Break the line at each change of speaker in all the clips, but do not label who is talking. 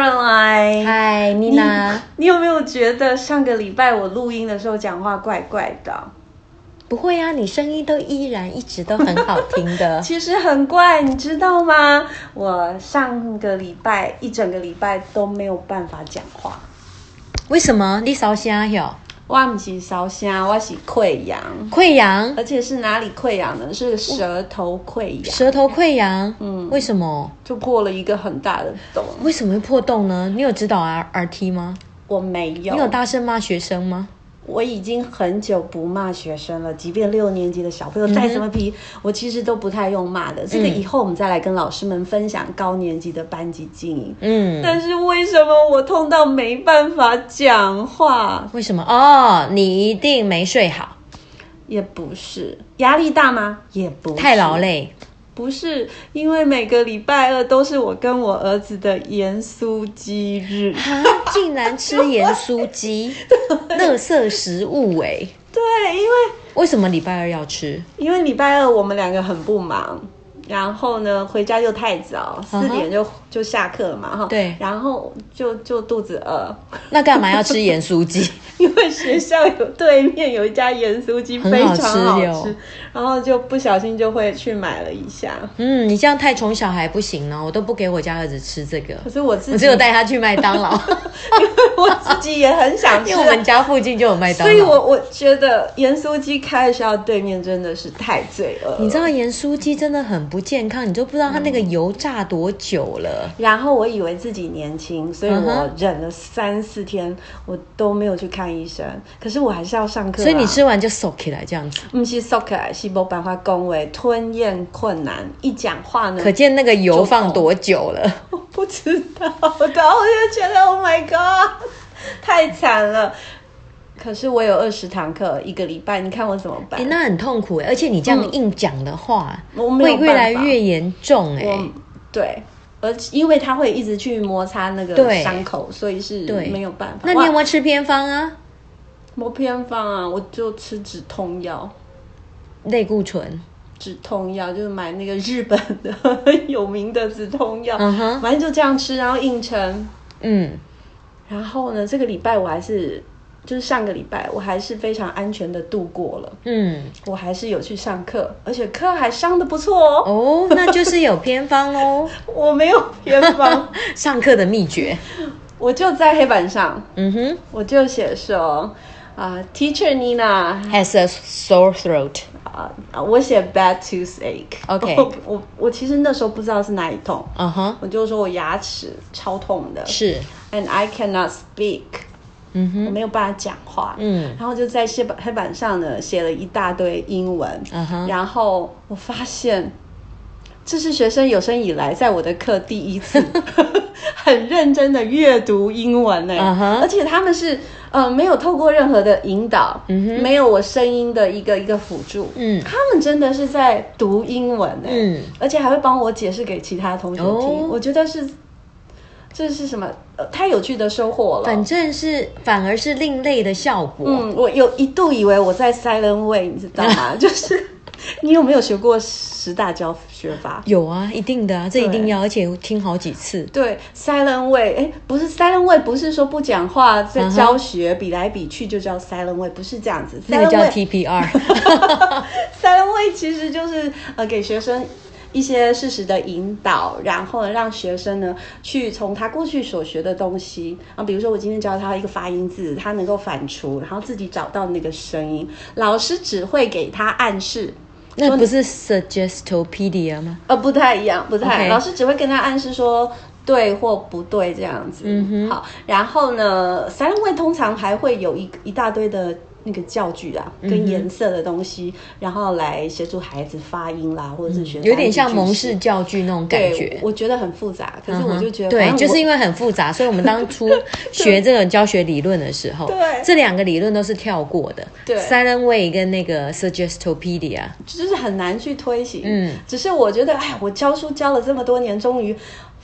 嗨，
嗨，妮娜，
你有没有觉得上个礼拜我录音的时候讲话怪怪的啊？
不会啊，你声音都依然一直都很好听 的。
其实很怪，你知道吗？我上个礼拜一整个礼拜都没有办法讲话。
为什么你烧虾哟？
我不是烧香，我是溃疡，
溃疡，
而且是哪里溃疡呢？是舌头溃疡，
舌头溃疡，
嗯
为什么？
就破了一个很大的洞。
为什么会破洞呢？你有指导 R R T 吗？
我没有，
你有大声骂学生吗？
我已经很久不骂学生了，即便六年级的小朋
嗯
友带什么皮，我其实都不太用骂的。这个以后我们再来跟老师们分享高年级的班级经营。
嗯，
但是为什么我痛到没办法讲话？
为什么？哦，你一定没睡好，
也不是压力大吗？也不是
太劳，累。
不是因为每个礼拜二都是我跟我儿子的盐酥鸡 日。
啊，竟然吃盐 酥鸡，垃圾食物哎、
对，因为
为什么礼拜二要吃？
因为礼拜二我们两个很不忙，然后呢回家又太早，
嗯
四
哼
点就、就下课了嘛哈。
对
然后就就肚子饿，
那干嘛要吃盐酥鸡？
因为学校有对面有一家盐酥鸡
很
非
好
常
吃
好
哟
吃，然后就不小心就会去买了一下。
嗯，你这样太宠小孩不行呢，我都不给我家儿子吃这个
可，是我自
我只
己，
有带他去麦当劳，
因为 我自己也很想吃
因为我
啊。
们家附近就有麦当
所
劳。
以我，我觉得盐酥鸡开的时候，对面真的是太罪恶了。
你知道盐酥鸡真的很不健康，你就不知道它那个油炸多久了。
然后我以为自己年轻，所以
嗯
我
哼
忍了三四天，我都没有去看医生。可是我还是要上课、啊。嗯
所以你吃完就收起来这样子，
不是 s o c 是没办法恭维，吞咽困难，一讲话呢，
可见那个油放多久了。
我不知道。然后我就觉得 Oh my God，太 惨了。可是我有二十堂课一个礼拜，你看我怎么办？
哎、那很痛苦哎、而且你这样硬讲的话，
我没
会
有办法
越来越严重哎、
我对。而且因为它会一直去摩擦那个
对
伤口，所以是
对
没有办法。
那你有
哇
没有吃偏方啊？
没偏方啊，我就吃止痛药。
类固醇，
止痛药，就是买那个日本的有名的止痛药，
嗯哼
反正就这样吃，然后硬撑。
嗯，
然后呢，这个礼拜我还是，就是上个礼拜我还是非常安全的度过了，
嗯，
我还是有去上课，而且课还上的不错哦。
哦，那就是有偏方喽。
我没有偏方，
上课的秘诀，
我就在黑板上，
嗯哼
我就写说。啊、t e a c h e r Nina，
，has a sore throat，
啊、我写 bad toothache。
OK
我 我我其实那时候不知道是哪里痛，
嗯哼，
我就说我牙齿超痛的，
是，
and I cannot speak，、
嗯哼，
我没有办法讲话。
嗯
然后就在黑板黑板上呢写了一大堆英文
嗯哼
然后我发现这是学生有生以来在我的课第一次 很认真的阅读英文呢
嗯哼
而且他们是呃没有透过任何的引导没有我声音的一个一个辅助，
嗯
他们真的是在读英文呢、
嗯
而且还会帮我解释给其他同学听。
哦
我觉得是这是什么、呃太有趣的收获了。
反正是反而是另类的效果。
嗯，我有一度以为我在 silent way，你知道 吗？就是你有没有学过十大教学法？
有啊，一定的啊，这一定要，而且听好几次。
对，silent way，哎，不是 silent way，不是说不讲话在
嗯哼
教学、比来比去就叫 silent way，不是这样子。
那个叫
silent way-
TPR，
三位其实就是呃给学生一些事实的引导，然后让学生呢去从他过去所学的东西啊，比如说我今天教他一个发音字，他能够反刍，然后自己找到那个声音。老师只会给他暗示，
那不是 Suggestopedia 吗？
呃，不太一样，不太。
OK
老师只会跟他暗示说对或不对这样子。嗯好，然后呢，三位通常还会有一一大堆的那个教具啊，
嗯
跟颜色的东西，然后来协助孩子发音啦，或者是学单字句式、
嗯有点像蒙氏教具那种感
对，
觉。嗯
我我觉得很复杂，可是我就觉得、
对，就是因
为。
为很 复杂，所以我们当初学这种教学理论的时候，
对
这两个理论都是跳过的，
对
，Silent Way 跟那个 Suggestopedia，
就是很难去推行，
嗯，
只是我觉得，哎，我教书教了这么多年，终于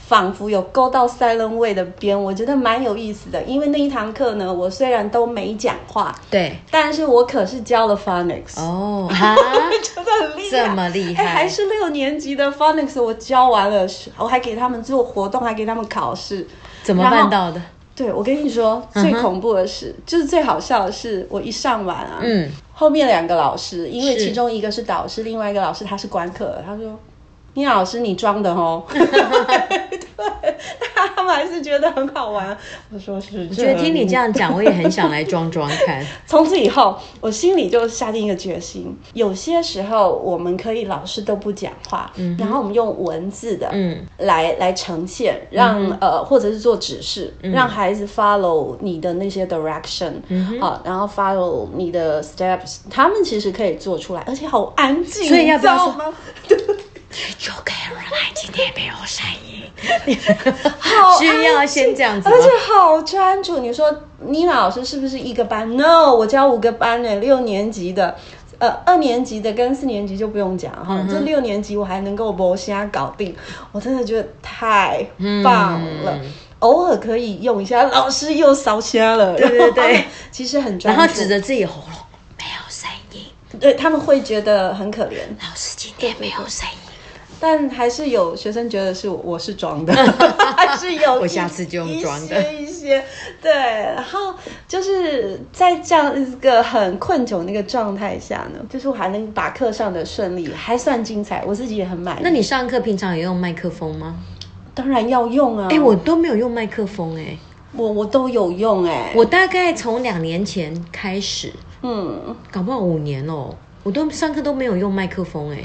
仿佛有勾到 silent way 的边，我觉得蛮有意思的。因为那一堂课呢，我虽然都没讲话，
对，
但是我可是教了 phonics，、
哦，哈，
真的很厉害，
这么厉
哎
害
还是六年级的 phonics，我教完了，我还给他们做活动，还给他们考试，
怎么办到的？
对，我跟你说，
嗯哼
最恐怖的是，就是最好笑的是，我一上完啊，
嗯，
后面两个老师，因为
是
其中一个是导师，另外一个老师他是观课的，他说：“你老师你装的 哦。” 对， 他们还是觉得很好玩。我说是，我
我觉得听你这，样讲，我也很想来装装 看。
从此以后，我心里就下定一个决心，有些时候我们可以老师都不讲话，然后我们用文字的，
嗯，
来来呈现，让、呃或者是做指示，
嗯
让孩子 follow 你的那些 direction，好、然后 follow 你的 steps，他们其实可以做出来，而且好安静，
所以要不要
你知道
说
吗？
有客人来，今天没有声音，
好
需要先这样子吗
而且好专注。你说妮娜老师是不是一个班？No，我教五个班呢，六年级的。呃，二年级的跟四年级就不用讲
嗯
哈，这六年级我还能够磨瞎搞定，我真的觉得太棒了。
嗯
偶尔可以用一下，老师又烧瞎了，对
对对，
其实很专
然
注，
后指着自己喉咙，没有声音，
对他们会觉得很可怜，
老师今天没有声音。
但还是有学生觉得是我我是装 的，还是有
我
一
下次就用装的
一些一些对，然后就是在这样一个很困窘的一个状态下呢，就是我还能把课上的顺利还算精彩，我自己也很满意。
那你上课平常有用麦克风吗？
当然要用啊，
哎、我都没有用麦克风哎、
我我都有用哎、
我大概从两年前开始，
嗯，
搞不好五年哦、我都上课都没有用麦克风哎、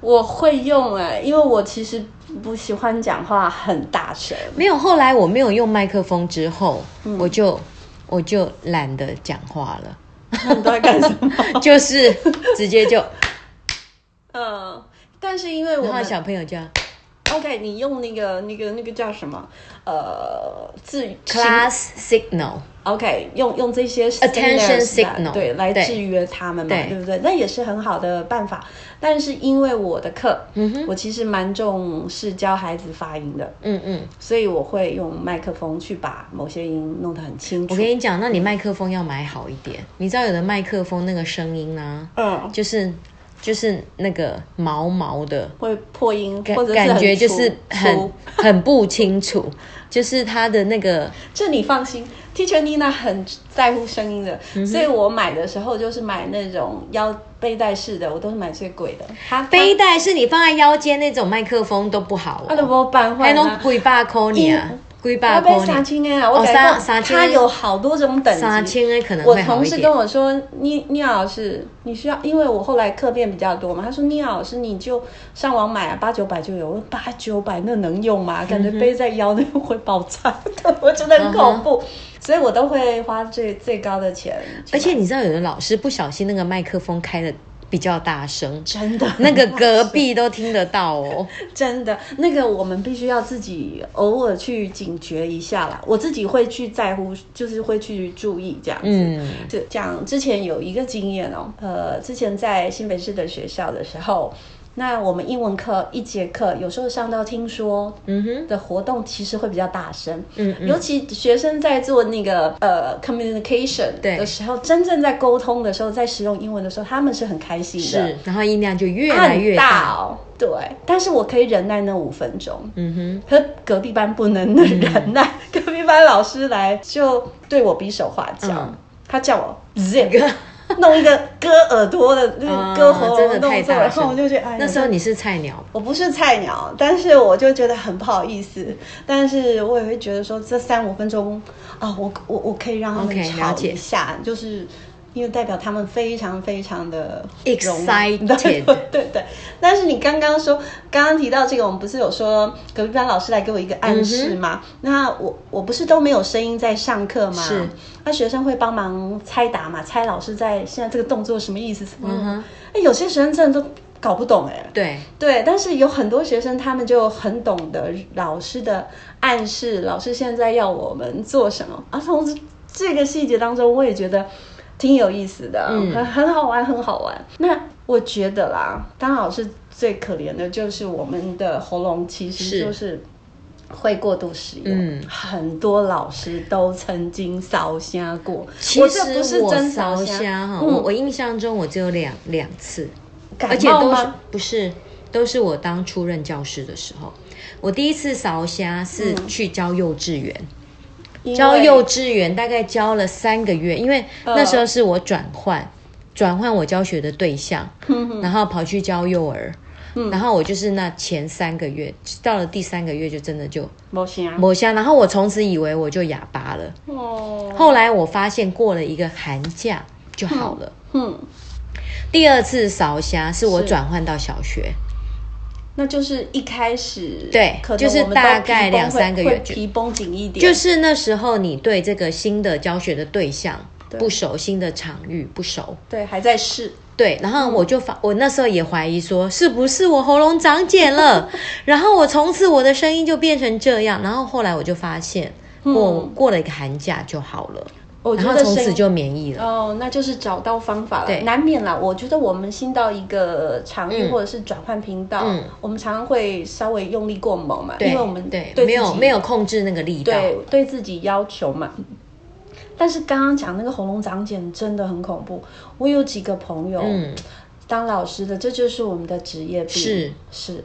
我会用哎、因为我其实不喜欢讲话很大 声，
没有。后来我没有用麦克风之后，我就我就懒得讲话了，
那你都在干什么？
就是直接就，
嗯，但是因为我
然后
们
小朋友就要
OK，你用那个、那个、那个叫什么？呃，治行
class signal。
OK，用用这些
Attention
signals 来
signal，
对来
对
制约他们嘛，
对
对不对？那也是很好的办法。但是因为我的课，
嗯哼，
我其实蛮重视教孩子发音的，
嗯嗯，
所以我会用麦克风去把某些音弄得很清楚
我。跟你讲，那你麦克风要买好一点。你知道有的麦克风那个声音呢、
嗯，
就是就是那个毛毛的，
会破音，
感
或者是很
感觉就是
粗
很
粗
很不清楚， 就是它的那个
这你放心，Teacher Nina 很在乎声音的，
嗯
所以我买的时候就是买那种腰背带式的，我都是买最贵的。它
背带是你放在腰间那种麦克风都不好
它都
哦，
不办坏
还弄
呢。
几百块呢啊，几
我
百
被
块
杀
呢，
青哎啊！
哦
我感
三三
觉
千
它有好多种等级。
三千哎的可能
我
会好
同
一
事跟
点。
我说，妮妮老师，你需要，因为我后来课变比较多嘛，他说妮老师你就上网买啊，八九百就有。我说八九百那能用
嗯
吗？感觉背在腰那个会爆炸， 我觉得很恐
嗯
怖，所以我都会花最最高的钱去买。
而且你知道，有的老师不小心那个麦克风开的比较 大声，
真的，
那个隔壁都听得到哦。
真的那个我们必须要自己偶尔去警觉一下啦。我自己会去在乎，就是会去注意这样子。
嗯，
是讲之前有一个经验哦，呃，之前在新北市的学校的时候，那我们英文课一节课有时候上到听说，
嗯哼，
的活动其实会比较大声，
嗯
尤其学生在做那个呃 communication
对
的时候，真正在沟通的时候，在使用英文的时候，他们是很开心的，
是，然后音量就越
它
来
很
越
大哦，对，但是我可以忍耐那五分钟，
嗯哼，
可隔壁班不能忍耐，隔壁班老师来就对我比手画脚，
嗯
他叫我 zip，弄一个割耳朵的那
啊
个割喉
真
咙
的
动
太
作，
大
然后我
声。
就觉得，哎，
那时候
我就
你是菜鸟，
我不是菜鸟，但是我就觉得很不好意思，但是我也会觉得说这三五分钟啊，我我我可以让他
OK，
们
了
吵
解
一下就是。因为代表他们非常非常的
Excited
对对对。但是你刚刚说，刚刚提到这个，我们不是有说隔壁班老师来给我一个暗示吗？那我我不是都没有声音在上课吗？
是。
那学生会帮忙猜答嘛？猜老师在现在这个动作什么意思？什么？
嗯哼
哎，有些学生真的都搞不懂哎、
对，
对，但是有很多学生，他们就很懂得老师的暗示，老师现在要我们做什么啊。从这个细节当中，我也觉得挺有意思的，
嗯
很很好玩，很好玩。那我觉得啦，当老师最可怜的就是我们的喉咙，其
是
实就是。会过度使用，
嗯
很多老师都曾经烧瞎过。
其
我
实
这不是
我
真
烧
瞎
虾哈，我
嗯，
我印象中我只有两两次，
感
而且
冒
都是
吗
不是都是我当
嗯
初任教师的时候，我第一次烧虾是去教幼稚园。
因
教
为
幼稚园大概教了三个月，因为那时候是我转换，转换我教学的对象，然后跑去教幼儿，然后我就是那前三个月，到了第三个月就真的就
没行啊，
抹香，然后我从此以为我就哑巴了，
哦，
后来我发现过了一个寒假就好了。
哼，
第二次扫虾是我
嗯是
转换到小学，
那就是一开始
对
可能
就是
我们都
大
皮
概
绷
两
会
三个月
会
就
皮绷紧一点，
就是那时候你对这个新的教学的对象
对
不熟，新的场域不熟，
对，还在试，
对，然后我就发，我那时候也怀疑说，是不是我喉咙长茧 了？然后我从此我的声音就变成这样。然后后来我就发现，过、过了一个寒假就好了，
嗯我觉
然后
得
从
声
此
音
就免疫了。
哦，那就是找到方法了
对，
难免啦。我觉得我们新到一个场域或者是转换频道，
嗯
我们常常会稍微用力过猛嘛，
对，
因为我们
对
自己
没有没有控制那个力道。
对对自己要求嘛。但是刚刚讲那个喉咙长茧真的很恐怖，我有几个朋友、
嗯，
当老师的，这就是我们的职业病，
是
是，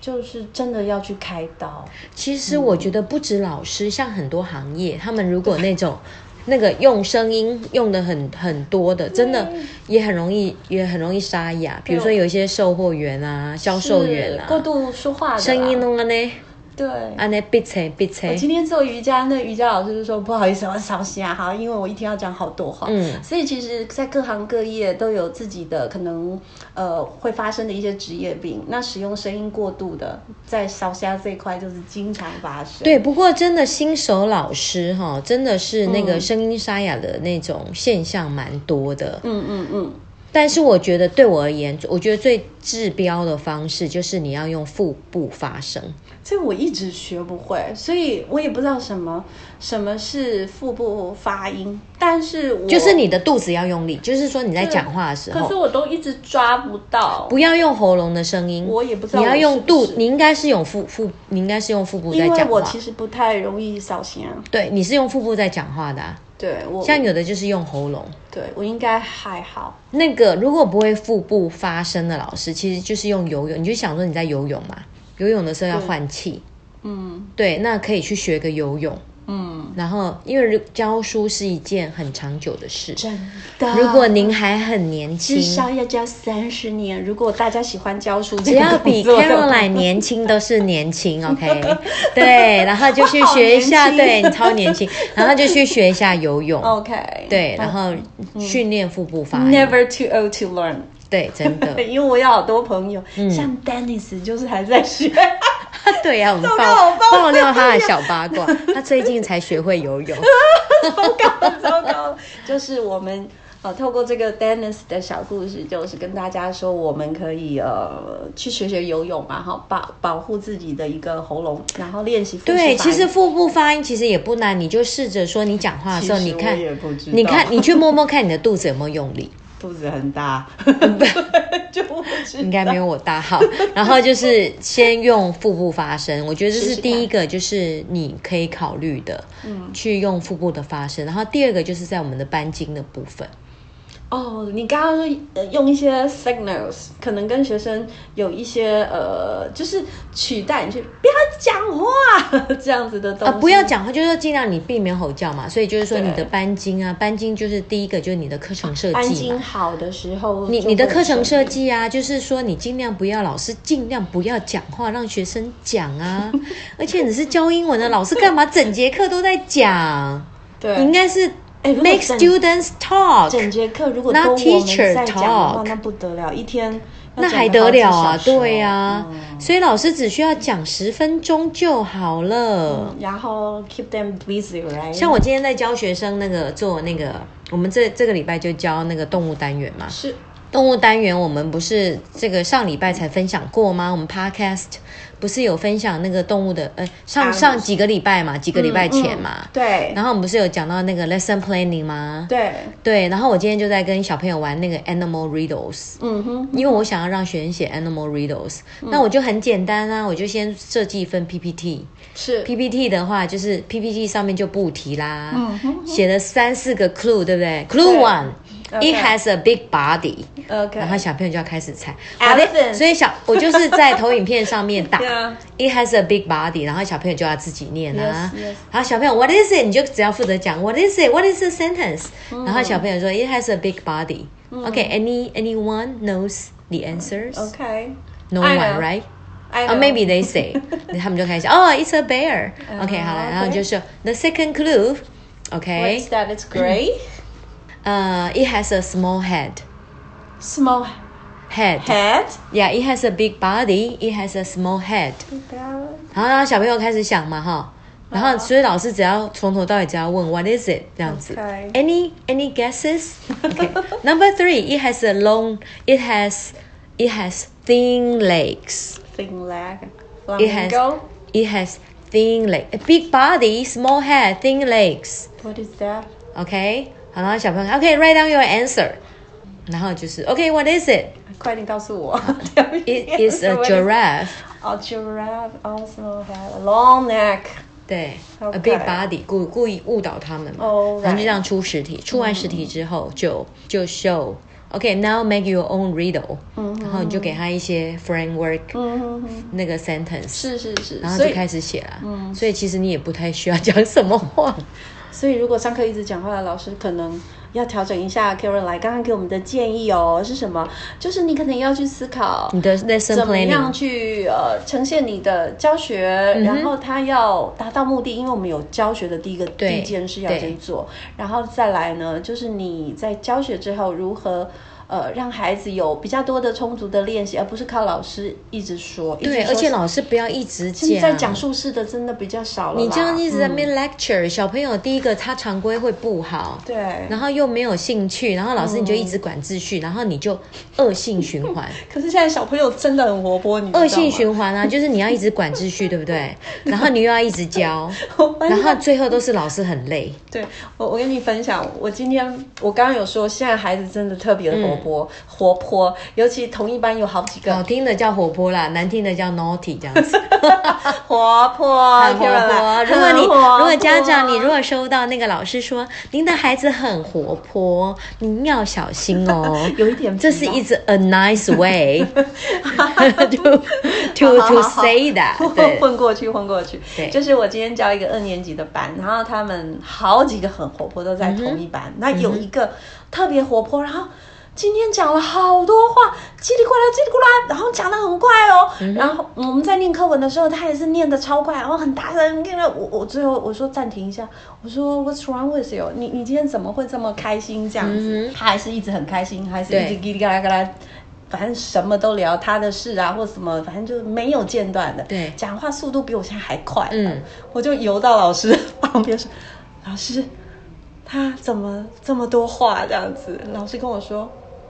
就是真的要去开刀，
其实我觉得不止老师，像很多行业，他们如果那种那个用声音
嗯
用的很很多的，真的也很容易也很容易沙哑。比如说有一些售货员啊、销售员
是过
啊，
度说话的啦
声音弄啊呢。
对。
安尼闭嘴闭
我
嘴，
今天做瑜伽，那瑜伽老师就说不好意思，我扫兴啊，好，因为我一天要讲好多话。
嗯
所以其实，在各行各业都有自己的可能，呃，会发生的一些职业病。那使用声音过度的，在烧虾这一块就是经常发生。
对，不过真的新手老师哈、真的是那
嗯
个声音沙哑的那种现象蛮多的。
嗯，嗯嗯
但是我觉得对我而言，我觉得最治标的方式就是你要用腹部发声。
嗯，这我一直学不会，所以我也不知道什么什么是腹部发音，但是我
就是，你的肚子要用力，就是说你在讲话的时
可是
候，
我都一直抓不到。
不要用喉咙的声音，
我也不知道
你要
我是
用
不
肚，
是
你应该是用腹腹，你应该是用腹部在
因为
讲
我
话
其。实不太容易扫兴啊，
对，你是用腹部在讲话的、啊，
对我
像有的就是用喉咙。
对我应该还好，
那个如果不会腹部发声的老师，其实就是用游泳，你就想说你在游泳嘛，游泳的时候要换气，
嗯
对，那可以去学个游泳。
嗯，
然后，因为教书是一件很长久的事，
真的。嗯
如果您还很年轻
至，少要教三十年，如果大家喜欢教书这
只要
个工
比
作的
Caroline 年轻都是年轻，OK？对，然后就去学一下，
我好年
对
轻
你超年轻，然后就去学一下游泳，
，OK，嗯
对，然后训练腹部发力，
哦，Never too old to learn。
对，真的，
因为我有好多朋友，像 Dennis 就是还在学，
对呀、我们
糟糕
爆
我爆
爆料他的小八卦，他最近才学会游泳。
糟糕， 就是我们。呃，透过这个 Dennis 的小故事，就是跟大家说，我们可以呃去学学游泳嘛，哈，保保护自己的一个喉咙，然后练习腹式
对，
发
其实
音
腹部发音其实也不难，你就试着说你讲话的时候，
其
你
实我
看
也不知，道
你看，你去摸摸看你的肚子有没有用 力，
肚子很 大，就不知
应该没有我大好。然后就是先用腹部发声，我觉得这
试嗯
是
试
第一个，就是你可以考虑的，去用腹部的发声。然后第二个就是在我们的扳经的部分，
哦，你刚刚说呃用一些 signals，可能跟学生有一些呃，就是取代你去不要讲话这样子的东
啊，
西。
不要讲话，就是说尽量你避免吼叫嘛。所以就是说
对
你的扳经啊，扳经就是第一个就是你的课程设计嘛，
安静好的时候，
你你的课程设，计啊，就是说你尽量不要老师尽量不要讲话，让学生讲 啊。而且你是教英文的老师，干嘛整节课都在讲？
对，
你应该是
哎如果
make
整
students
整
talk，
节课如果都
Not
我们
teacher
在讲的
talk
话，那不得了，一天
那还得了啊？对呀、
呀、嗯
所以老师只需要讲十分钟就好了。
然后 keep them busy，right？
像我今天在教学生那个做那个，我们这这个礼拜就教那个动物单元嘛。
是
动物单元，我们不是这个上礼拜才分享过吗？我们 podcast 不是有分享那个动物的，呃，上
Animals
上几个礼拜嘛，几个礼拜前嘛，
嗯对
然后我们不是有讲到那个 lesson planning 吗？
对，
对，然后我今天就在跟小朋友玩那个 animal riddles，
嗯哼，
因为我想要让学生写 animal riddles，、那
嗯
我就很简单啊，我就先设计一份 PPT。
是
PPT 的话，就是 PPT 上面就不提啦
嗯，哼
写了三四个 clue，对不对？clue
对
one， It has a big body，
OK，
然后小朋友就要开始猜。
Elephant
所以小我就是在投影片上面 打
Yeah
It has a big body，然后小朋友就要自己念啊。
Yes, yes
然后小朋友 What is it？你就只要负责讲 What is it？What is the sentence？、然
嗯
后小朋友说 It has a big body、OK，any、anyone knows the answers？、No
I
one,
know.
right?
I
Or
know.
啊 maybe they say，他 们就开始哦，It's a bear。OK，好了，然后
Ah, okay.
就是 The second clue。OK，
What's that? It's gray,
呃，It has a small head。
small
Head。
head.
Yeah, it has a big body. It has a small head. 然后让小朋友开始想嘛，哈。然后所以老师只要从头到尾只要问 What is it 这样子。
Okay.
Any any guesses? Okay. Number three, it has a long. It has it has thin legs.
Thin leg.
It has
Flamingo.
it has thin leg, a big body, small head, thin legs.
What is that?
OK，好，然后小朋友，OK, write down your answer. 然后就是 OK, what is it?
快点告诉我。
It is a giraffe.
A giraffe. Oh, small head. A long neck.
对
OK
，a big body 故故意误导他们嘛
Alright
然后就这样出实体，出完实体之后就就 show。OK，now、make your own riddle，、然后你就给他一些 framework，、那个 sentence，
是是是。
Mm-hmm. 然后
所
就
以
开始写了。嗯所以嗯其实你也不太需要讲什么话。
所以如果上课一直讲话的老师，可能要调整一下 Karen 来刚刚给我们的建议哦，是什么？就是你可能要去思考
你的 lesson
怎么样
planning
去呃呈现你的教学，
嗯
然后它要达到目的，因为我们有教学的第一个
对
第一件事要先做，然后再来呢，就是你在教学之后如何。呃，让孩子有比较多的充足的练习，而不是靠老师一直说。
对，而且老师不要一直
现
讲，嗯
在讲述式的真的比较少了啦。
你这样一直在那边 lecture，、小朋友第一个他常规会不好，
对，
然后又没有兴趣，然后老师你就一直管秩序，然后你就恶性循环。
可是现在小朋友真的很活泼，你知道吗
恶性循环啊，就是你要一直管秩序，对不对？然后你又要一直 教，
我发现
然后最后都是老师很累。
对我，我跟你分享，我今天我刚刚有说，现在孩子真的特别的
嗯
活泼，活泼，尤其同一班有好几
好
个
听的叫活泼啦，难听的叫 naughty 这样子，
活泼，
很活泼。如果你如
啊
果家长你如
果
果收到那个老师说您的孩子很活泼，您要小
。
心哦
有一点
这是一直 a nice way
好好
to to to
好
say that，对
混混过去，混过去。
对
就是我今天教一个二年级的班，然后他们好几个很活泼都
嗯
在同一班，那有一个特别活泼，然后。今天讲了好多话，叽里呱啦，叽里呱啦，然后讲的很快哦。
嗯
然后我们在念课文的时候，他也是念的超快，然后很大声。念了我我最后我说暂停一下，我说 What's wrong with you？你你今天怎么会这么开心这样子？他还是一直很开心，还是一直
嗯对
叽里呱啦呱啦，反正什么都聊他的事啊，或什么，反正就是没有间断的。
对
讲话速度比我现在还快。
嗯，
我就游到老师旁边说：“老师，他怎么这么多话这样子？”老师跟我说：“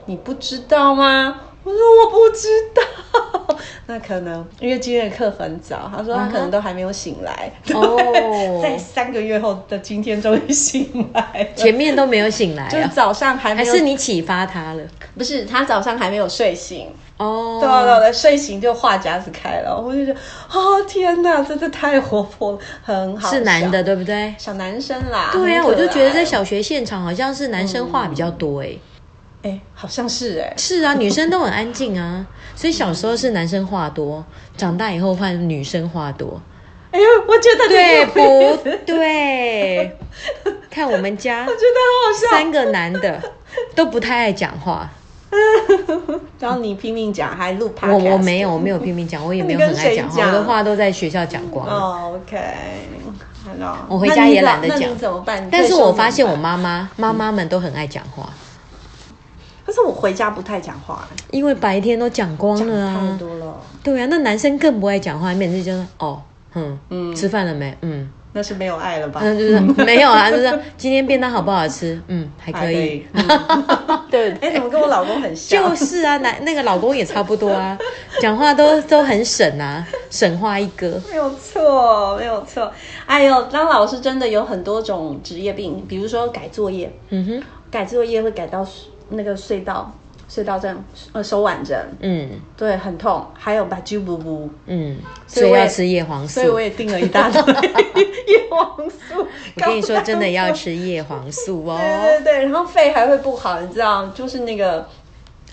你不知道吗？”我说：“我不知道。”那可能因为今天的课很早，他说他可能都还没有醒来。
嗯哦
在三个月后的今天终于醒来了，
前面都没有醒来
就是
啊，
早上还没
还
有，
是你启发他了？
不是他早上还没有睡醒。
哦，
对啊对啊对啊，睡醒就话匣子开了，我就觉得，哦天哪，真的太活泼了，很好笑。
是男的，对不对？
小男生啦。
对呀、
很可
我就觉得在
爱，
小学现场好像是男生话比较多哎、
哎，好像是哎，
是啊，女生都很安静啊，所以小时候是男生话多，长大以后换女生话多，
哎呦，我觉得
对
你我
不对？看我 们家
觉得好好笑。
三个男的都不太爱讲话，
然后你拼命讲，还录 p
我我没有我没有拼命讲，我也没有很爱讲
你跟谁
话，
讲
我的话都在学校讲光了。
哦，OK，好。
我回家也懒得
那你怎那
讲
你怎么办？
但是我发现
你退
我
休怎么办，
妈妈妈妈们都很爱讲话，
可是我回家不太讲话，
因为白天都讲光
讲
了啊，
太多了，
对啊，那男生更不爱讲话，每次就说哦，嗯
嗯啊
嗯，吃饭了没？嗯，
那是没有爱了吧？
那就是 没有啊，就是今天便当好不好吃？嗯，还可以，
还可以。
对
哎，怎么跟我老公很像？
就是啊，男那个老公也差不多啊，讲话都都很省啊，省话一哥。
没有错，没有错。哎呦，当老师真的有很多种职业病，比如说改作业，
嗯哼，
改作业会改到隧那个隧道，隧道症、呃手腕症，
嗯
对，很痛，还有把啾布布，
嗯，
所以
所
我
以
也
要吃叶黄素
所以。我也订了一大堆 叶黄素。
我跟你说，真的要
高蛋白
吃叶黄素
对
哦。
对对，然后肺还会不好，你知道，就是那个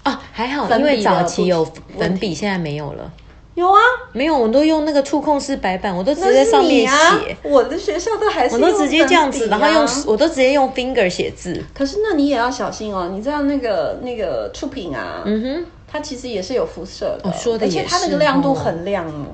啊，还好，
粉
因
笔
为早
的
期
不
有
问题
粉笔，现在没有了。
有啊，
没有，我都用那个触控式白板，我都直
那
接在上
是
面
你啊
写，，
我的学校都还是
我都直接这样子，
用粉
然
笔啊
后用我都直接用 finger 写字。
可是那你也要小心哦，你知道那个那个触屏啊，
嗯哼，
它其实也是有辐射的，
哦说得
而且
也
它那
是
个亮度
哦
很亮哦。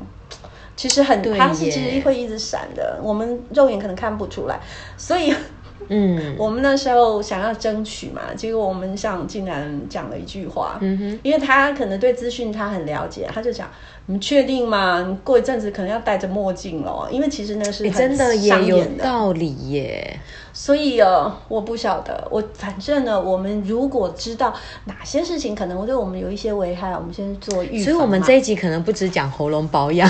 其实很，
对
它是
耶
其实会一直闪的，我们肉眼可能看不出来，所以
嗯
我们那时候想要争取嘛，结果我们上竟然讲了一句话，
嗯哼，
因为他可能对资讯他很了解，他就讲：“你们确定吗？你过一阵子可能要戴着墨镜咯，因为其实那个是
你
很
真的也
伤
有
眼的。
道理耶。
所以呃，我不晓得，我反正呢，我们如果知道哪些事情可能会对我们有一些危害，我们先做预防嘛。
所以，我们这一集可能不只讲喉咙保 养，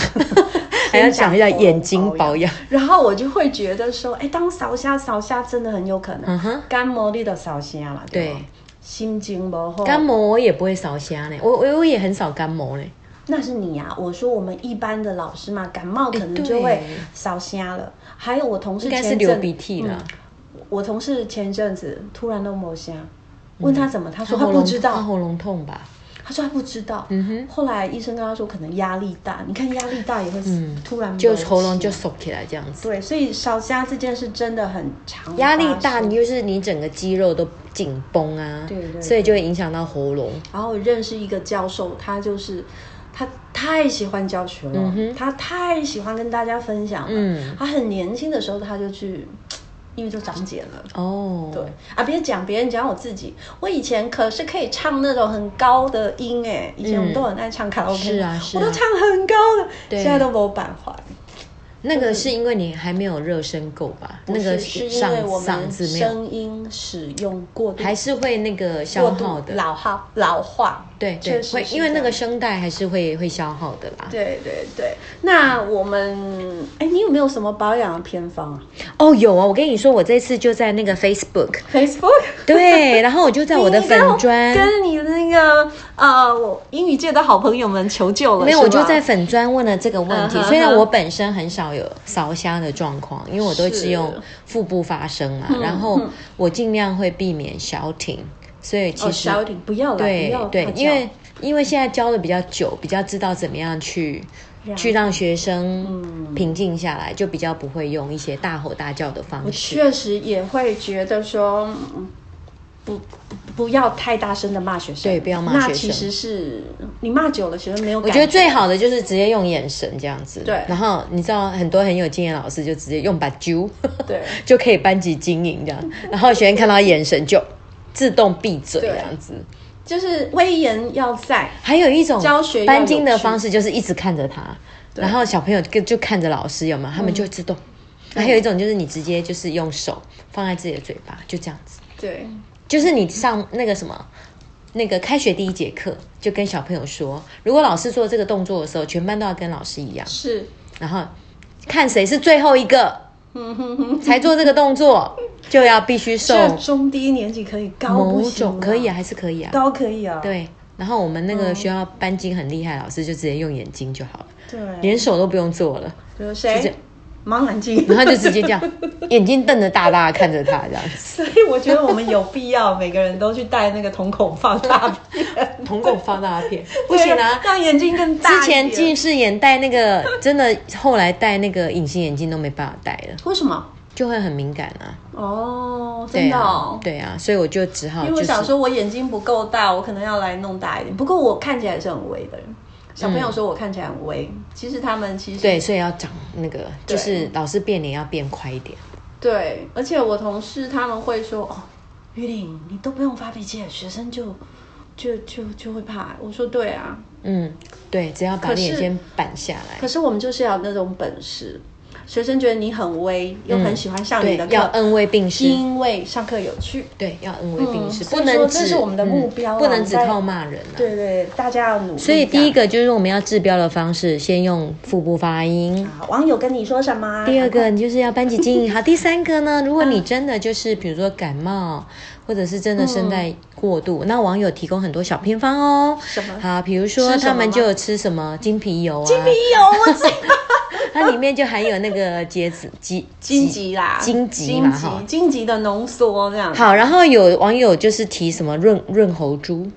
还要讲一下眼睛保养。
然后我就会觉得说，哎，当扫虾扫虾真的很有可能，
嗯哼，
干毛你的扫虾嘛，对吧
对
心情不好，
干毛我也不会扫瞎呢，我我我也很少干毛呢。
那是你啊！我说我们一般的老师嘛，感冒可能就
哎对
会烧瞎了。还有我同事
应该
前
是
阵
流鼻涕啦，
嗯我同事前阵子突然都没瞎，问他怎么，他说他
喉
不
咙
知
嗯他
道，
喉咙痛吧？
他说他不知道。
嗯哼，
后来医生跟他说可能压力大，你看压力大也会死
嗯
突然
就
没
喉咙
气
就缩起来这样子。
对，所以烧瞎这件事真的很常
压力
发
大，
生
你就是你整个肌肉都紧绷啊，
对对对
所以就会影响到喉咙。
然后我认识一个教授，他就是他太喜欢教学了，
嗯哼
他太喜欢跟大家分享了。
嗯
他很年轻的时候他就去，因为就长茧了。
哦，
对啊，别讲别人，讲我自己。我以前可是可以唱那种很高的音哎，以前我们都很爱唱卡拉 OK，、
嗯是啊是啊
我都唱很高的，
对
现在都没有板环。
那个是因为你还没有热身够吧？
不
那个
是是因为我
嗓嗓
们
子没有，
声音使用过度，
还是会那个消
过度
耗的。
老化老化。
对对，
确实
会
是
因为
这
那个
样
声带还是会会消耗的啦。
对对对，那我们哎，你有没有什么保养的偏方啊
哦，有啊，我跟你说，我这次就在那个 Facebook，
？Facebook，
对，然后我就在 我的粉 砖，
跟你那个呃，我英语界的好朋友们求救了，
没有，
是
我就
吧哦
在粉砖问了这个问题
嗯。哼
虽然
哼
我本身很少有烧瞎的状况，因为我都是用腹部发声
嗯
啊，然后我尽量会避免小挺，所以其
哦，
实
小一点，不要了，不
对
要
对
怕，叫
因为因为现在教的比较久，比较知道怎么样去
了
去
解
让学
嗯
生平静下来，就比较不会用一些大吼大叫的方
我
式。
确实也会觉得说，嗯不不不要太大声的骂学生，
对不要骂
那
学
其
生
实是你骂久了，学生没有
我
感
觉得最好的就是直接用眼神这样子，
对
然后你知道很多很有经验的老师就直接用把揪，
对。
就可以班级经营这样。然后学员看到眼神就自动闭嘴
对
这样子。
就是威严要在，
还有一种
教学要有
班经的
趣
方式就是一直看着他，然后小朋友就就看着老师有没
嗯
有，他们就会自动。还有一种就是你直接就是用手放在自己的嘴巴，就这样子。
对，
就是你上那个什么，那个开学第一节课就跟小朋友说，如果老师做这个动作的时候，全班都要跟老师一样，
是，
然后看谁是最后一个
嗯哼哼。
才做这个动作，就要必须受
这中低年级可以，高不
某
行
种
吗
可以啊，，还是可以啊。
高可以啊，
对，然后我们那
哦
个学校班级很厉害，老师就直接用眼睛就好了，
对，
连手都不用做了，
比如
就这
谁
样，
盲眼镜，
然后就直接这样，眼睛瞪得大大地看着他这样 子，
所以我觉得我们有必要每个人都去戴那个瞳孔放大片，
瞳孔放大片， 不行啊
对。让眼睛更大一
之
点。
前近视眼戴那个，真的后来戴那个隐形眼镜都没办法戴了，
为什么？
就会很敏感啊。
哦，
对
真的
啊
哦，。
对啊，所以我就只好
因为我
就是
想说，我眼睛不够大，我可能要来弄大一点。不过我看起来是很微的人，小朋友说我看起来很微，其实他们其实
对，所以要长那个，就
对
是老师变脸要变快一点。
对，而且我同事他们会说：“哦，玉玲，你都不用发脾气，学生就就就就会怕。”我说：“对啊，
嗯，对，只要把
可是
脸先板下来。
可是我们就是要有那种本事。”学生觉得你很威，又很喜欢上你
对
的，课，
要恩威并施，
因为上课有趣。
对，要恩威并施，
嗯
不
所以说
能
这
只
是我们的目标啊
不能只
我们在
靠骂人啊。
对对，大家要努力。啊
所以第一
个
个就是我们要治标的方式，先用腹部发音。
啊，网友跟你说什么？
第二
赶
个你就是要班级经 营好。第三个呢，如果
嗯
你真的就是比如说感冒，或者是真的声带过度，那网友提供很多小偏方哦。
什么
好，比如说
吃什么
他们
吗
就有吃什么金皮油啊，
快，没有，我知道。
它里面就含有那个结子基
荆棘啦，
荆棘嘛哈
荆棘，荆棘的浓缩这样。
好，然后有网友就是提什么润润喉珠，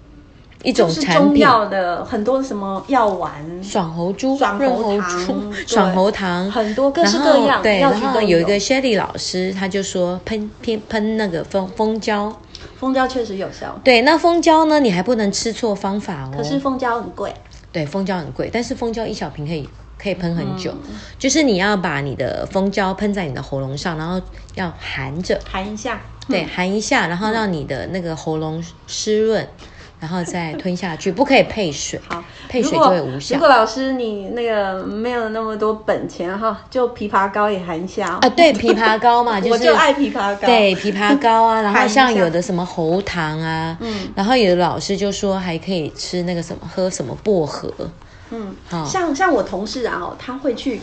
一种
就是
产
中
品。
药的很多什么药丸，
爽喉珠、
爽
润
喉
喉
糖
珠、
对
爽喉糖，
很多各
然
式
后
各样
对，
药
然
局
后
都
有一
有
个 Shelly 老师，他就说喷喷喷那个蜂蜂胶，
蜂胶确实有效，
对，那蜂胶呢，你还不能吃错方法哦。
可是蜂胶很贵。
对，蜂胶很贵，但是蜂胶一小瓶可以可以喷很久，
嗯
就是你要把你的蜂胶喷在你的喉咙上，然后要含着，
含一下，
对，含一下，然后让你的那个喉咙湿润，然后再吞下去，不可以配水，
好，
配
如
水
果
就会无效
如。果老师你那个没有那么多本钱哈，就枇杷膏也含一下哦
啊，对，枇杷膏嘛，就是
我就爱枇杷膏。
对，枇杷膏啊，然
含
后
一
像
下
有的什么喉糖啊，嗯，然后有的老师就说还可以吃那个什么喝什么薄荷，
嗯，
好、
像像我同事啊，哦，他会去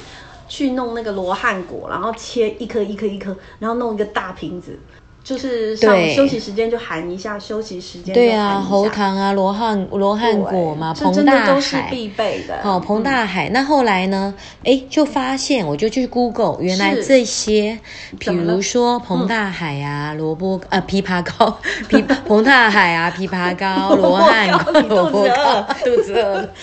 去弄那个罗汉果，然后切一颗一颗一颗，然后弄一个大瓶子，就是上
对
休息时间就含一下，休息时间就
对
含
啊，
一下
喉糖啊，罗汉罗汉果嘛，
对这
彭
真的
大
都是
海。
必备的。
哦，彭大海。那后来呢？哎，就发现，我就去 Google，原来这些，比
怎么了嗯
如说彭大海啊，萝卜呃枇杷膏， 枇彭大海啊，枇 杷膏，罗汉果，
萝卜
萝
糕
卜
你肚子饿
糕，肚子 饿了。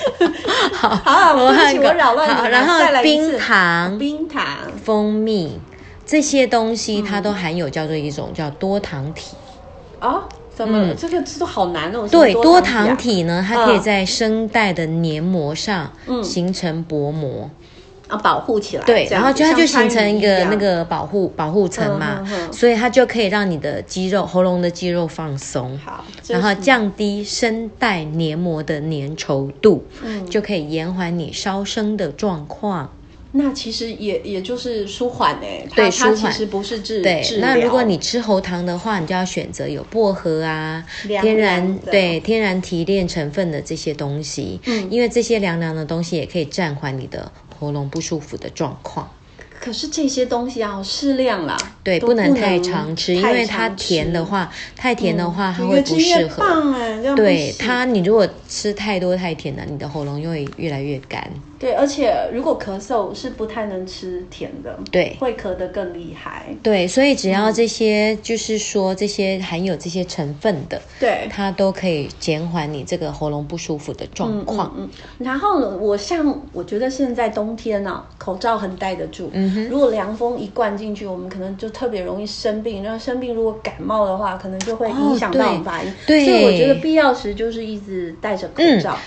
好，
罗
对不
汉
起，
果
我扰乱你
好
了。
然后
再来一次啊
冰糖
冰嗯糖，
蜂蜜这些东西，它都含有叫做一种叫多糖体。
啊，怎么了？这个字都好难哦。
嗯对，
什么
多
糖
糖
体
体呢，它可以在声带的黏膜上
嗯
形成薄膜。
啊，啊保护起来。
对，
这样
然后就它
像
就形
川
成
渝
一个
样
那个保护保护层嘛
嗯嗯，嗯
所以它就可以让你的肌肉喉咙的肌肉放松。
好，这
然后
是
降低声带黏膜的粘稠度，
嗯
就可以延缓你烧声的状况。
那其实也也就是舒缓哎，它
对
它
舒缓
其实不是治
对
治，
那
疗
如果你吃喉糖的话，你就要选择有薄荷啊、
凉
天
凉
然
的
对天然提炼成分的这些东西，
嗯
因为这些凉凉的东西也可以暂缓你的喉咙不舒服的状况。
可是这些东西啊，适量啦，
对，
都
不
能
能太常吃，因
太
为它
常
甜的
吃，嗯
话，太甜的话、它
你
会
越吃
不
越
适合。
棒哎，这样不
对
行
它，你如果吃太多太甜了，你的喉咙又会越来越干。
对，而且如果咳嗽是不太能吃甜的，
对
会咳得更厉害。
对，所以
嗯
只要这些，就是说这些含有这些成分的，
对，
它都可以减缓你这个喉咙不舒服的状况。
嗯，然后呢，我像我觉得现在冬天呢、口罩很戴得住。
嗯哼
如果凉风一灌进去，我们可能就特别容易生病。然后生病如果感冒的话，可能就会影响到我们发音。
哦对嗯
所以我觉得必要时就是一直戴着口罩，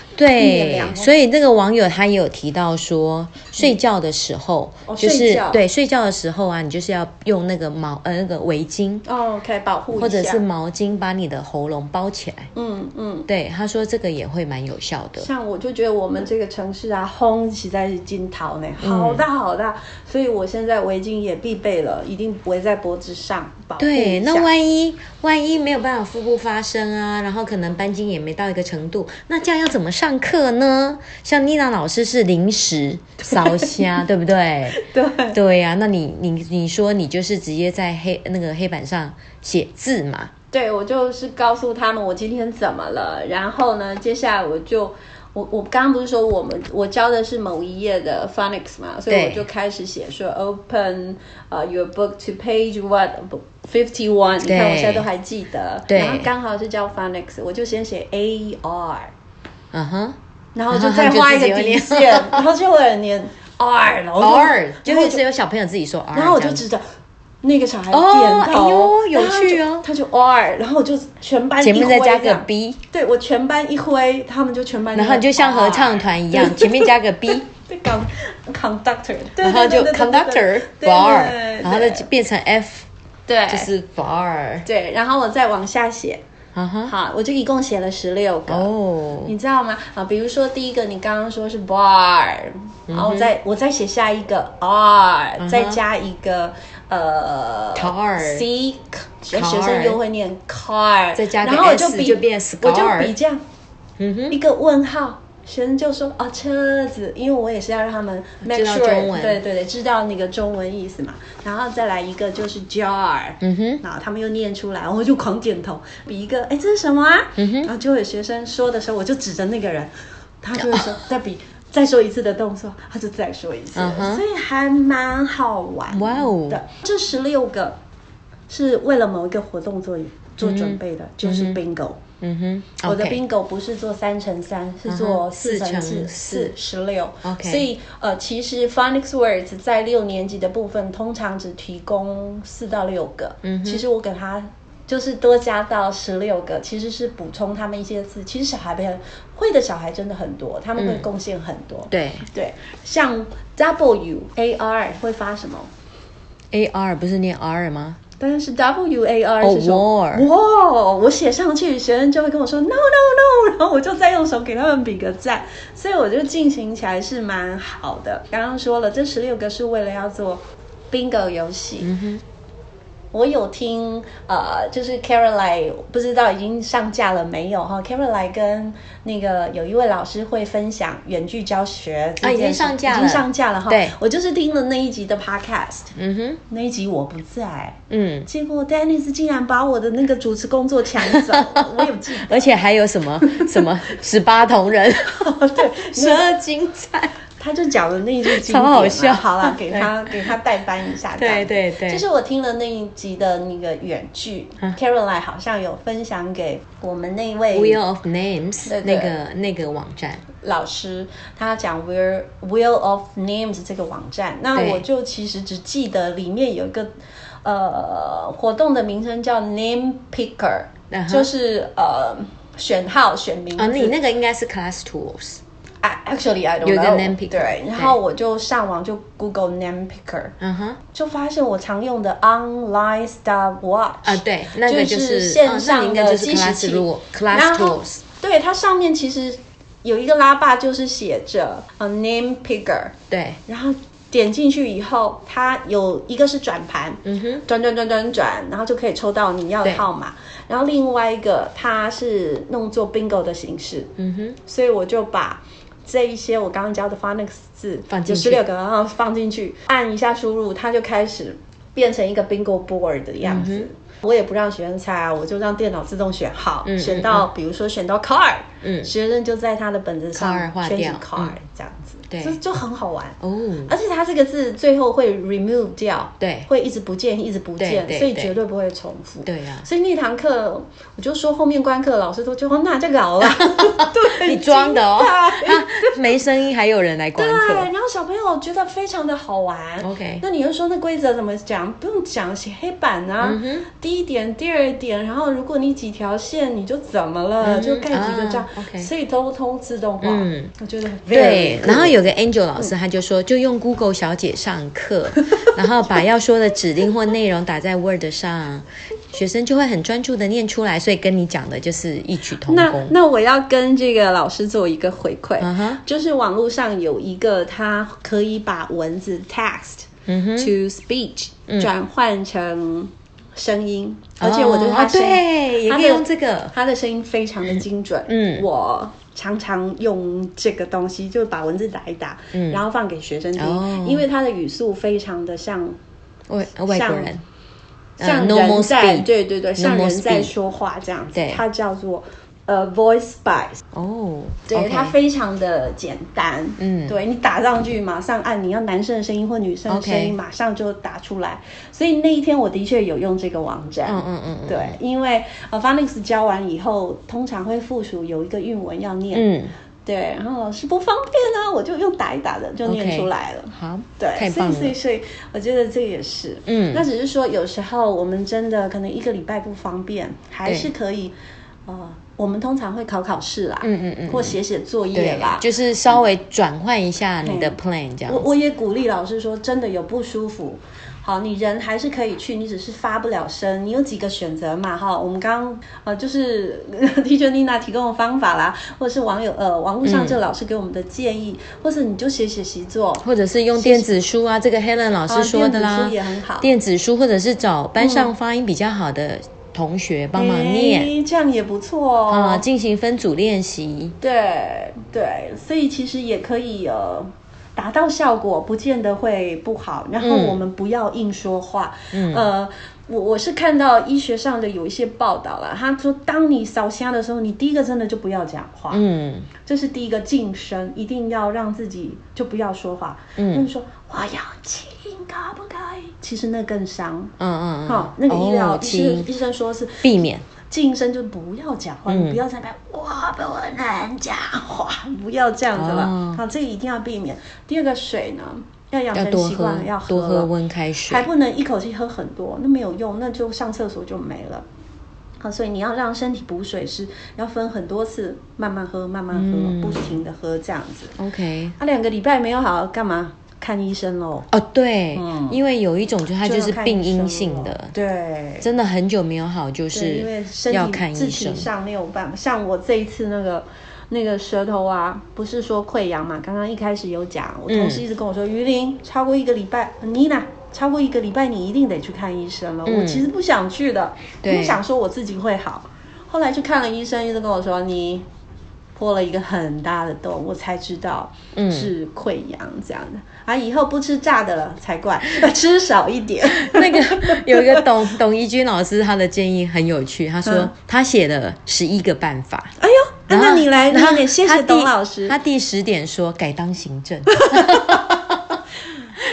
避免
对
凉，哦风
所以那个网友他也有提到说，睡觉的时候、
哦
就是
睡觉
对睡觉的时候啊，你就是要用那个毛呃那个围巾，
哦，可以保护一下，
或者是毛巾把你的喉咙包起来。
嗯嗯。
对，他说这个也会蛮有效的。
像我就觉得我们这个城市啊，风实在是惊涛呢，
嗯
好大好大，所以我现在围巾也必备了，一定不会在脖子上保护
对，
一下
那万一万一没有办法腹部发声啊，然后可能班级也没到一个程度，那这样要怎么上课呢？像妮娜老师是零食 烧虾，对不对？
对。
对呀、那你你你说你就是直接在黑那个黑板上写字嘛？
对，我就是告诉他们我今天怎么了，然后呢，接下来我就。我我刚刚不是说我们我教的是某一页的 phonics 嘛，所以
对
我就开始写说 open 呃、your book to page what fifty one，你看我现在都还记得，
对
然后刚好是教 phonics，我就先写 a r，
嗯哼，
然后 就再画一个底线，然后就有人念 r 了，我就
偶尔就
然后我
会
就
只有小朋友自己说 R，
然后我
这
就
样
指着那个小孩点头，
哦哎呦有趣哦
然后他就他就 R，然后我就全班
前面再加
一挥这
个
样
B，
对我全班一挥，他们就全班，
然后你就像合唱团一样，前面加个 B，
对 con conductor，对
然后
对对对对
就
对
conductor 哦
对
bar，
对
然后再变成 F，
对
就是 bar。
对，然后我再往下写
啊哈，
好，我就一共写了十六个。
哦，
你知道吗？啊，比如说第一个，你刚刚说是 bar，然后我再我再写下一个 r，、
嗯哼
再加一个呃
car
c，学
car
生又会念 car，
再加个
然后我就
s
比
就变
我就
scar
比这样
嗯哼，
一个问号。学生就说哦车子，因为我也是要让他们 make
知道
sure，
中文
对对对，知道那个中文意思嘛。然后再来一个就是 jar，
嗯哼，
然后他们又念出来，然后我就狂点头，比一个，哎，这是什么啊？
嗯哼
然后就有学生说的时候，我就指着那个人，他就会 说再比再说一次的动作，他就再说一次
嗯哼
所以还蛮好玩的。
哇哦
这十六个是为了某一个活动做做准备的，就是
嗯哼
bingo。
嗯哼，
我的
OK
bingo 不是做三乘三，是
嗯
做
哼
四乘
四乘
四四
四
十六。
OK
所以呃，其实 phonics words 在六年级的部分，通常只提供四到六个。
嗯哼
其实我给他就是多加到十六个，其实是补充他们一些字。其实小孩们会的小孩真的很多，他们会
嗯
贡献很多。
对
对，像 W A R 会发什么？
，A R 不是念 R 吗？
但是 W A R
哦
是什么？
war
哇！我写上去，学生就会跟我说 no no no，然后我就再用手给他们比个赞，所以我就进行起来是蛮好的。刚刚说了，这十六个是为了要做 bingo 游戏。
嗯哼，
我有听，呃，就是 Caroline 不知道已经上架了没有哈？Caroline 跟那个有一位老师会分享远距教学这
啊已经
件事
上架
已经
了
上架了哈。
对
我就是听了那一集的 podcast，
嗯哼，
那一集我不在。
嗯，
结果 Dennis 竟然把我的那个主持工作抢 走，我有记
哦而且还有什么 什么十八铜人，
得， 对，
十二金钗，
他就讲了那一句经典
超
嘛，
好笑
好了，给他给他代班一下，
对
这样子
对对嗯
就是我听了那一集的那个远剧、c a r o l i n e 好像有分享给我们那位
Wheel of Names
对对
那个那个网站，
老师，他讲 Wheel Wheel of Names 这个网站，那
对
我就其实只记得里面有一个呃活动的名称叫 Name Picker，、
嗯哼
就是呃选号选名字。
啊，你那个应该是 Class Tools，
啊 actually I don't know。
有一个 name picker，
对，然后我就上网就 Google name picker，
嗯哼，
就发现我常用的 online star watch
啊对，那个
就是线
啊那你
上
应
的
该就是
计时
Class
器
Rule
然
Class
后
Tools，
对，它上面其实有一个拉霸，就是写着呃 name picker，
对，
然后点进去以后，它有一个是转盘，
嗯哼，
转转转转转，然后就可以抽到你要的
对
号码。然后另外一个它是弄作 bingo 的形式，
嗯哼，
所以我就把这一些我刚刚教的 phonics 字
放
有
进去
十六个，然后放进去，按一下输入，它就开始变成一个 bingo board 的样
嗯
子。我也不让学生猜啊，我就让电脑自动选号，
嗯
选到、比如说选到 card，
嗯
学生就在他的本子上
card 划
圈起
掉
card、
嗯
这样子，
对
这就很好玩。
哦，
而且它这个字最后会 remove 掉，
对
会一直不见，一直不见，
对对
所以
对
绝对不会重复。
对啊呀，
所以那堂课，我就说后面观课老师都就说那这个 好了， 对，
你装的哦，
精彩
哈没声音还有人来观
对，
课
然后小朋友觉得非常的好玩。
，OK，
那你又说那规则怎么讲？不用讲，写黑板啊，
嗯哼
第一点、第二点，然后如果你几条线，你就怎么了，
嗯
就盖几个章、
啊，OK
所以都通自动化。
嗯
我觉得 very
对，
good
然后有个 Angel 老师，他就说，就用 Google 小姐上 课，然后把要说的指令或内容打在 Word 上，学生就会很专注的念出来，所以跟你讲的就是异曲同
那
工。
那我要跟这个老师做一个回馈，
嗯哼，
就是网络上有一个，它可以把文字 text
嗯
to speech、转换成声音，
哦
而且我对它声
对，也
它
可
的
以用这个，
它的声音非常的精准。
嗯
我常常用这个东西，就把文字打一打，
嗯
然后放给学生听，
哦
因为它的语速非常的像
外外国人，呃
像
normal
人在
speed，
对对对，像
normal
人在
speed
说话这样子
对，
它叫做呃 voice bias。
哦，
对
OK
它非常的简单，
嗯
对你打上去马上按，你要男生的声音或女生的声音
OK
马上就打出来。所以那一天我的确有用这个网站，
嗯嗯嗯嗯
对，因为呃 Phonics 教完以后，通常会附属有一个韵文要念，
嗯
对，然后老师不方便啊，我就用打一打的就念
OK
出来了。
好，
对，
太
所以
棒
所以
了，
所以，我觉得这也是，
嗯
那只是说有时候我们真的可能一个礼拜不方便，还
对
是可以，呃，我们通常会考考试啦，
嗯嗯嗯
或写写作业
对
啦，，嗯
就是稍微转换一下你的 plan 这样
我
子。
我也鼓励老师说，真的有不舒服，好，你人还是可以去，你只是发不了声。你有几个选择嘛？哈，我们刚呃就是 teacher Nina 提供的方法啦，或者是网友呃网络
嗯
上这老师给我们的建议，或是你就写写习作，
或者是用电子书啊，这个 Helen 老师说的
电子
啦
书，也很好。
电子书或者是找班上发音比较好的同学帮忙念
诶这样也不错哦。
啊，进行分组练习。
对对，所以其实也可以呃。达到效果不见得会不好，然后
嗯
我们不要硬说话。嗯，呃，我我是看到医学上的有一些报道了，他说，当你扫瞎的时候，你第一个真的就不要讲话，
嗯，
这是第一个晋升，一定要让自己就不要说话。嗯，就是说我要亲，可不可以？其实那更伤。
嗯嗯嗯，
好、那个医疗、
哦
医生
亲
医生说是
避免，
晋升就不要讲话，
嗯
你不要在那边我不能讲话，不要这样子了。
哦
好，这个一定要避免。第二个水呢，要养
要
成
多
习
喝
惯，要，
多喝
了
温开水
还。不能一口气喝很多，那没有用，那就上厕所就没了。好，所以你要让身体补水是要分很多次，慢慢喝，慢慢喝，
嗯
不停的喝这样子。
OK。
啊，两个礼拜没有好好干嘛？看医生喽，
哦，对，
嗯
因为有一种就它就
要
是
看
病
医生
因性
咯
的，
对，
真的很久没有好，就
对，因为
是
身
要
体
看
自
医
体
生。
上没有办法，像我这一次那个那个舌头啊，不是说溃疡嘛，刚刚一开始有讲，我同
嗯
事一直跟我说，于林超过一个礼拜，呃妮娜超过一个礼拜，你一定得去看医生了。我其实不想去的，
嗯对
不想说我自己会好，后来去看了医生，医生跟我说你。破了一个很大的洞，我才知道
嗯
是溃疡这样的、啊！以后不吃炸的了才怪， 吃少一点。
那个 有一个董董一军老师，他的建议很有趣，他说他写了十一个办法。
哎呦，嗯啊那你来，
然后
那你谢
他
谢
第
董老师。
他第十点说改当 行政。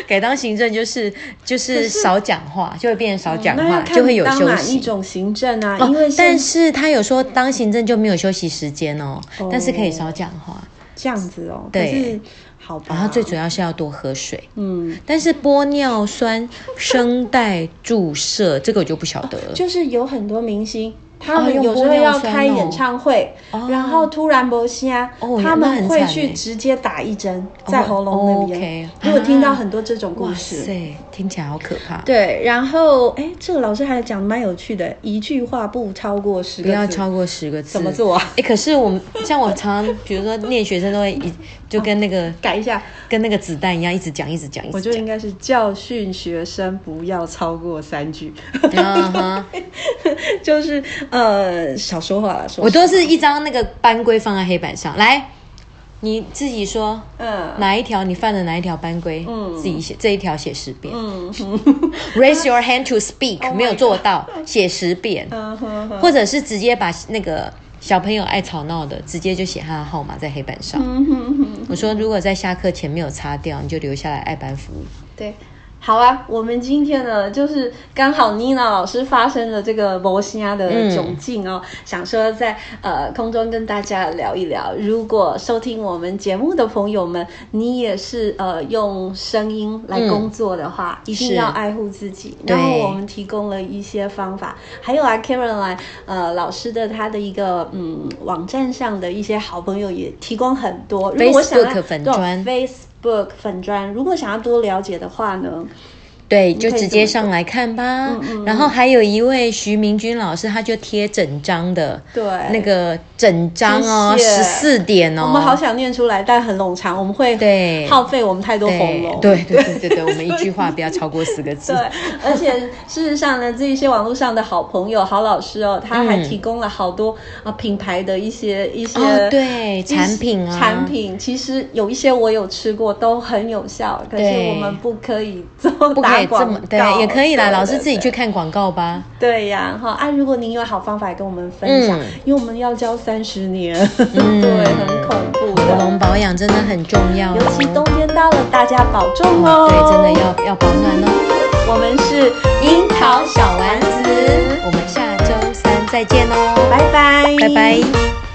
改当行政就是就是少讲话，就会变成少讲
嗯那要
话，
看
就会有休
当哪一
息。
种行政啊，
哦
因为现
但是他有说当行政就没有休息时间哦，但是可以少讲话，
这样子哦，
对
可是好吧，
然后最主要是要多喝水。
嗯，
但是玻尿酸声带注射这个我就不晓得了。
就是有很多明星。他们
用
有时
玻
候
尿
要
酸
开
哦
演唱会，然后突然不虾，
哦
他
那
们
很
会
惨
去
欸哦
直接打一针在喉咙那边
OK。
因为我听到
啊
很多这种故
哇
事，
塞，听起来好可怕。
对，然后哎，这个老师还讲得蛮有趣的，一句话不超过十个
不
字，
要超过十个字。
怎么做啊
哎、可是我们像我常常，比如说念学生都会一就跟那个、
改一下，
跟那个子弹一样，一直讲，一直讲，一
我就
直
应
讲。
该是教训学生不要超过三句。
啊哈！
就是呃，少说话了，说
我都是一张那个班规放在黑板上，来，你自己说
嗯
哪一条你犯了哪一条班规，
嗯
自己写这一条写十遍、
嗯 Oh
r a i s e your hand to speak，、
my
没有做到写十遍，
嗯
或者是直接把那个小朋友爱吵闹的，直接就写他的号码在黑板上。
嗯哼哼，
我说，如果在下课前没有擦掉，你就留下来爱班服务。
对。好啊，我们今天呢，就是刚好妮娜老师发生了这个摩西亚的
嗯
窘境哦，想说在呃空中跟大家聊一聊。如果收听我们节目的朋友们，你也是呃用声音来工作的话，一定
嗯是
要爱护自己。
对
然后我们提供了一些方法，还有啊，Caroline 呃老师的他的一个嗯网站上的一些好朋友也提供很多。如果我想要
Facebook 粉专
对 Facebook 粉砖，如果想要多了解的话呢，
对，就
可以
直
这
接
么
上来看吧。
嗯嗯
然后还有一位徐明君老师，他就贴整张的，
对
那个整张哦，
谢谢
十四点哦，
我们好想念出来，但很冗长，我们会
对
耗费我们太多
对
喉咙。
对对对对对，我们一句话不要超过四个 字
对。，而且事实上呢，这一些网络上的好朋友、好老师哦，他还
嗯
提供了好多啊、呃品牌的一些一些、
哦，对，
一些
产品啊，
产品其实有一些我有吃过，都很有效，可是
对
我们不可以做
不可
打
以这
广
么
告，
对，也可以啦。
对
老师
对
自己
对
去看广告吧。
对呀，哈啊！如果您有好方法跟我们分享，
嗯
因为我们要教三十 年，对，很恐怖
喉
的。
咙保养真的很重要哦，
尤其冬天到了，大家保重哦。
对，真的要要保暖哦。
要。我们是
樱桃小丸子，我们下周三再见哦，
拜拜，
拜拜